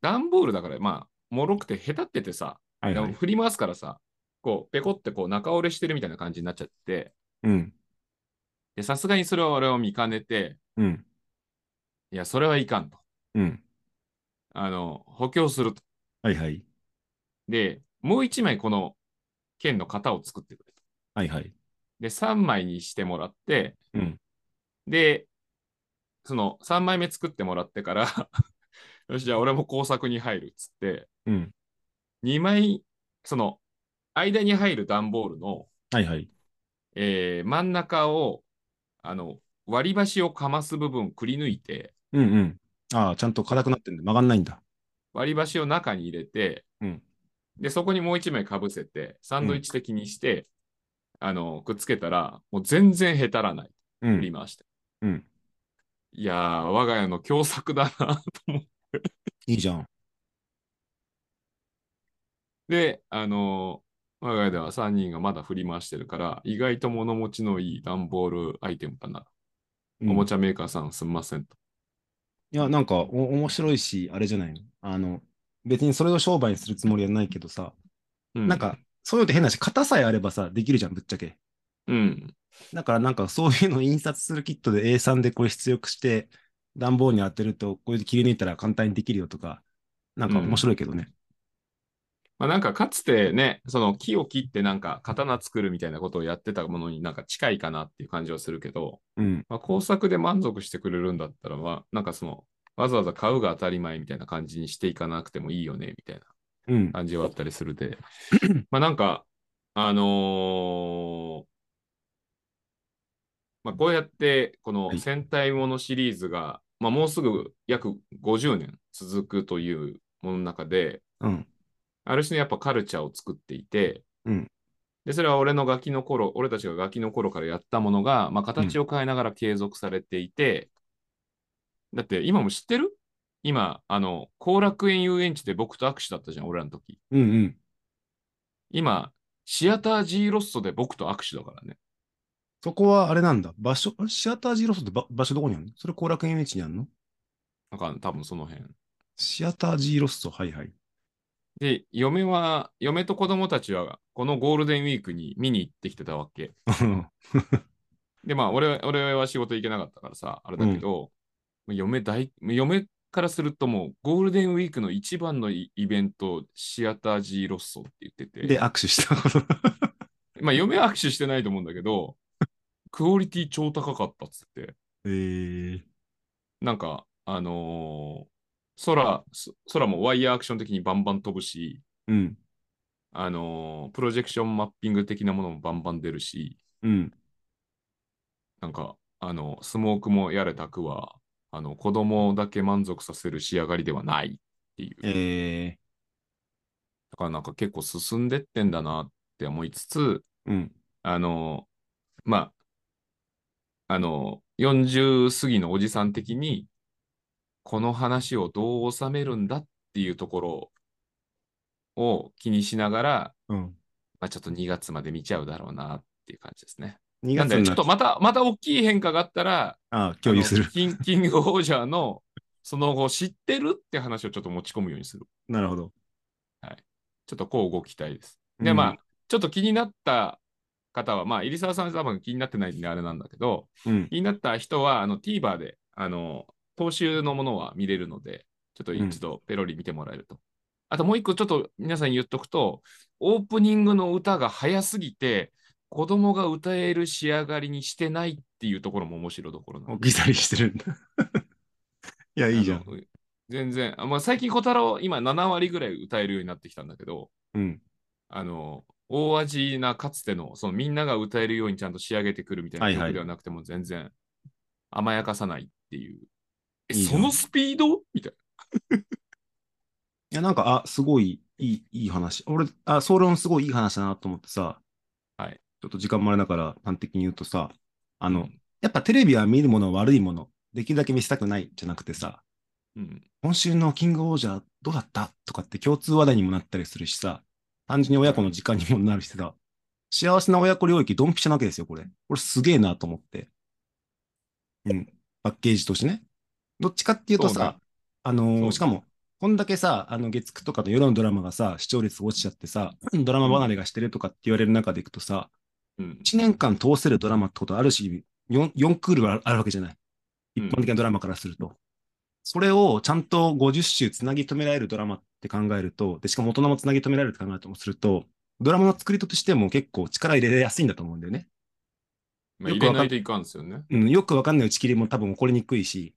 [SPEAKER 1] 段ボールだからまあ、もろくて下手っててさ、
[SPEAKER 3] はいは
[SPEAKER 1] でも
[SPEAKER 3] い。
[SPEAKER 1] 振り回すからさ、こう、ペコってこう、中折れしてるみたいな感じになっちゃって、
[SPEAKER 3] うん。
[SPEAKER 1] で、さすがにそれは俺を見かねて、
[SPEAKER 3] うん。
[SPEAKER 1] いや、それはいかんと。
[SPEAKER 3] うん。
[SPEAKER 1] あの、補強すると。
[SPEAKER 3] はいはい。
[SPEAKER 1] で、もう一枚この剣の型を作ってくれと。
[SPEAKER 3] はいはい。
[SPEAKER 1] で、3枚にしてもらって、
[SPEAKER 3] うん
[SPEAKER 1] で、その3枚目作ってもらってから、 よし、じゃあ俺も工作に入るっつって、
[SPEAKER 3] うん。
[SPEAKER 1] 2枚、その、間に入る段ボールの、
[SPEAKER 3] はいはい。
[SPEAKER 1] えー真ん中を、あの、割り箸をかます部分くり抜いて、
[SPEAKER 3] うんうん。ああ、ちゃんと硬くなってんで曲がんないんだ。
[SPEAKER 1] 割り箸を中に入れて、
[SPEAKER 3] うん
[SPEAKER 1] で、そこにもう一枚かぶせて、サンドイッチ的にして、あの、くっつけたら、もう全然へたらない。
[SPEAKER 3] う
[SPEAKER 1] 振り
[SPEAKER 3] ん。
[SPEAKER 1] 回して。
[SPEAKER 3] うん
[SPEAKER 1] いやー、我が家の共作だな と思って。
[SPEAKER 3] いいじゃん。
[SPEAKER 1] で、あのー我が家では3人がまだ振り回してるから、意外と物持ちのいい段ボールアイテムだな。
[SPEAKER 3] うん
[SPEAKER 1] おもちゃメーカーさんすんませんと。
[SPEAKER 3] いや、なんか、お、面白いし、あれじゃないのあの、別にそれを商売にするつもりはないけどさ、
[SPEAKER 1] うん、
[SPEAKER 3] なんか、そういうのって変だし、型さえあればさ、できるじゃん、ぶっちゃけ。
[SPEAKER 1] うん、
[SPEAKER 3] だからなんか、そういうのを印刷するキットで A3 でこれ出力して、段ボールに当てると、これで切り抜いたら簡単にできるよとか、なんか面白いけどね。
[SPEAKER 1] まあ、なんかかつてね、その木を切ってなんか刀作るみたいなことをやってたものになんか近いかなっていう感じはするけど、
[SPEAKER 3] うん。
[SPEAKER 1] まあ、工作で満足してくれるんだったら、まあ、なんかその、わざわざ買うが当たり前みたいな感じにしていかなくてもいいよね、みたいな。
[SPEAKER 3] うん。
[SPEAKER 1] 感じはあったりするで、まあなんか、あのーまあこうやって、こ
[SPEAKER 3] は
[SPEAKER 1] の
[SPEAKER 3] い
[SPEAKER 1] 戦隊ものシリーズが、まあもうすぐ約50年続くというものの中で、
[SPEAKER 3] うん。
[SPEAKER 1] ある種のやっぱカルチャーを作っていて、
[SPEAKER 3] うん
[SPEAKER 1] で、それは俺のガキの頃、俺たちがガキの頃からやったものが、まあ形を変えながら継続されていて、だって今も知ってる今、あの、後楽園遊園地で僕と握手だったじゃん、俺らの時。
[SPEAKER 3] うんうん。
[SPEAKER 1] 今、シアター G ロストで僕と握手だからね。
[SPEAKER 3] そこはあれなんだ。場所、シアタージロスってば場所どこにあるのそれ後楽園園地にあるの
[SPEAKER 1] なんか多分その辺。
[SPEAKER 3] シアタージロスト、はいはい。
[SPEAKER 1] で、嫁は、嫁と子供たちは、このゴールデンウィークに見に行ってきてたわけ。で、まあ、俺は、俺は仕事行けなかったからさ、あれだけど、嫁大、嫁からするともう、ゴールデンウィークの一番のイイベント、シアター G ロッソって言ってて、
[SPEAKER 3] で、握手したこと。
[SPEAKER 1] まあ、嫁は握手してないと思うんだけど、クオリティ超高かったっつって、
[SPEAKER 3] えー、
[SPEAKER 1] なんか、あのー空、そ空もワイヤーアクション的にバンバン飛ぶし、
[SPEAKER 3] うん、
[SPEAKER 1] あのープロジェクションマッピング的なものもバンバン出るし、
[SPEAKER 3] うん。
[SPEAKER 1] なんか、あの、スモークもやれたくは、あの、子供だけ満足させる仕上がりではないっていう。だ
[SPEAKER 3] え
[SPEAKER 1] からなんか結構進んでってんだなって思いつつ、
[SPEAKER 3] ー、うん、
[SPEAKER 1] あの、まあ、あの、40過ぎのおじさん的に、この話をどう収めるんだっていうところを気にしながら、
[SPEAKER 3] うん。
[SPEAKER 1] まあ、ちょっと2月まで見ちゃうだろうなっていう感じですね。
[SPEAKER 3] 2
[SPEAKER 1] なん
[SPEAKER 3] 月
[SPEAKER 1] で、
[SPEAKER 3] に
[SPEAKER 1] ちょ
[SPEAKER 3] な
[SPEAKER 1] っ
[SPEAKER 3] っ
[SPEAKER 1] とまた、また大きい変化があったら、
[SPEAKER 3] ああ、共有す
[SPEAKER 1] あ
[SPEAKER 3] る
[SPEAKER 1] の。キンキングオージャーのその後知ってるって話をちょっと持ち込むようにする。
[SPEAKER 3] なるほど。
[SPEAKER 1] ちょっとこうご期待です。で、まあ、ちょっと気になった方は、まあ、入澤さん多分気になってないんであれなんだけど、
[SPEAKER 3] うん、うん、
[SPEAKER 1] 気になった人は、あの、TVer で、あの、当集のものは見れるので、ちょっと一度ペロリ見てもらえると。あともう一個ちょっと皆さんに言っとくと、オープニングの歌が早すぎて、子供が歌える仕上がりにしてないっていうところも面白いところなんで
[SPEAKER 3] 置き去りしてるんだ。 いや、いいじゃん
[SPEAKER 1] あ。の。全然、あまあ、最近小太郎、今7割ぐらい歌えるようになってきたんだけど、
[SPEAKER 3] うん。
[SPEAKER 1] あの、大味なかつての、そのみんなが歌えるようにちゃんと仕上げてくるみたい
[SPEAKER 3] は
[SPEAKER 1] ない
[SPEAKER 3] はい
[SPEAKER 1] 曲ではなくても全然甘やかさないっていう。え
[SPEAKER 3] いいな
[SPEAKER 1] そのスピードみたい
[SPEAKER 3] いや、なんか、あ、すごい、いい、いい話。俺、あ、総論すごいいい話だなと思ってさ、
[SPEAKER 1] はい。
[SPEAKER 3] ちょっと時間もあれだから、端的に言うとさ、あ
[SPEAKER 1] な。
[SPEAKER 3] の、やっぱテレビは見るもの悪いもの、できるだけ見せたくないじゃなくてさ、
[SPEAKER 1] うん。
[SPEAKER 3] 今週のキングオージャーどうだったとかって共通話題にもなったりするしさ、単純に親子の時間にもなるしさ、幸せな親子領域ドンピシャなわけですよ、これ。これすげえなと思って。うん。パッケージとしてね。どっちかっていうと
[SPEAKER 1] そうね
[SPEAKER 3] さ、あ
[SPEAKER 1] そう
[SPEAKER 3] のー
[SPEAKER 1] ね
[SPEAKER 3] しかも、こんだけさ、あの月9とかの夜のドラマがさ、視聴率落ちちゃってさ、ドラマ離れがしてるとかって言われる中でいくとさ、
[SPEAKER 1] うん。
[SPEAKER 3] 1年間通せるドラマってことあるし、4, 四クールはあるわけじゃない。一般的なドラマからすると。それをちゃんと50週つなぎ止められるドラマって考えると、でしかも大人もつなぎ止められるって考えるともすると、ドラマの作り手としても結構力入れやすいんだと思うんだよね。
[SPEAKER 1] まあ、
[SPEAKER 3] よ
[SPEAKER 1] 入れ
[SPEAKER 3] くわかん
[SPEAKER 1] ないといかんですよね。
[SPEAKER 3] うん、よくわかんない打ち切りも多分起こりにくいし、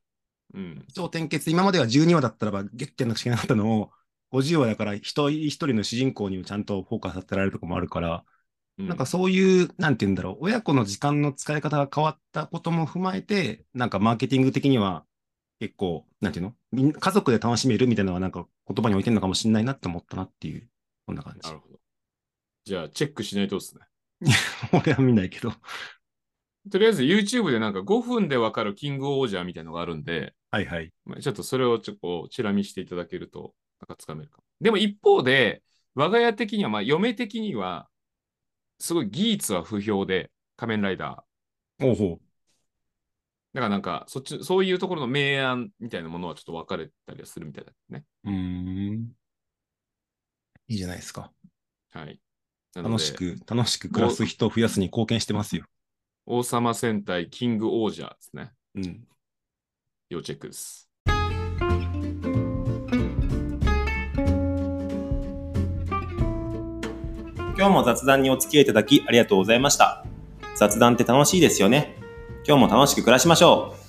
[SPEAKER 1] うん。
[SPEAKER 3] 超転結、今までは12話だったらばギュッてやんなくちゃいけなかったのを、50話だから一人一人の主人公にもちゃんとフォーカス当てられるとこもあるから、
[SPEAKER 1] うん
[SPEAKER 3] なんかそういう、なんて言うんだろう、親子の時間の使い方が変わったことも踏まえて、なんかマーケティング的には結構、なんていうのみん家族で楽しめるみたいなのはなんか言葉に置いてるのかもしれないなって思ったなっていう、こんな感じ
[SPEAKER 1] な。るほど。じゃあ、チェックしないとですね。
[SPEAKER 3] 俺は見ないけど。
[SPEAKER 1] とりあえず YouTube でなんか5分でわかるキングオージャーみたいのがあるんで、
[SPEAKER 3] はいはい。
[SPEAKER 1] まあちょっとそれをちょっとこうチラ見していただけると、なんかつかめるかも。でも一方で、我が家的には、まあ嫁的には、すごい技術は不評で、仮面ライダー。
[SPEAKER 3] おうほ
[SPEAKER 1] だからなんか、そっち、そういうところの明暗みたいなものはちょっと分かれたりはするみたいだね。
[SPEAKER 3] う。うーん。いいじゃないですか。
[SPEAKER 1] はい。なの
[SPEAKER 3] 楽
[SPEAKER 1] で
[SPEAKER 3] しく、楽しく暮らす人を増やすに貢献してますよ。
[SPEAKER 1] 王様戦隊キングオージャーですね。
[SPEAKER 3] うん。
[SPEAKER 1] 要チェックです。
[SPEAKER 2] 今日も雑談にお付き合いいただきありがとうございました。雑談って楽しいですよね。今日も楽しく暮らしましょう。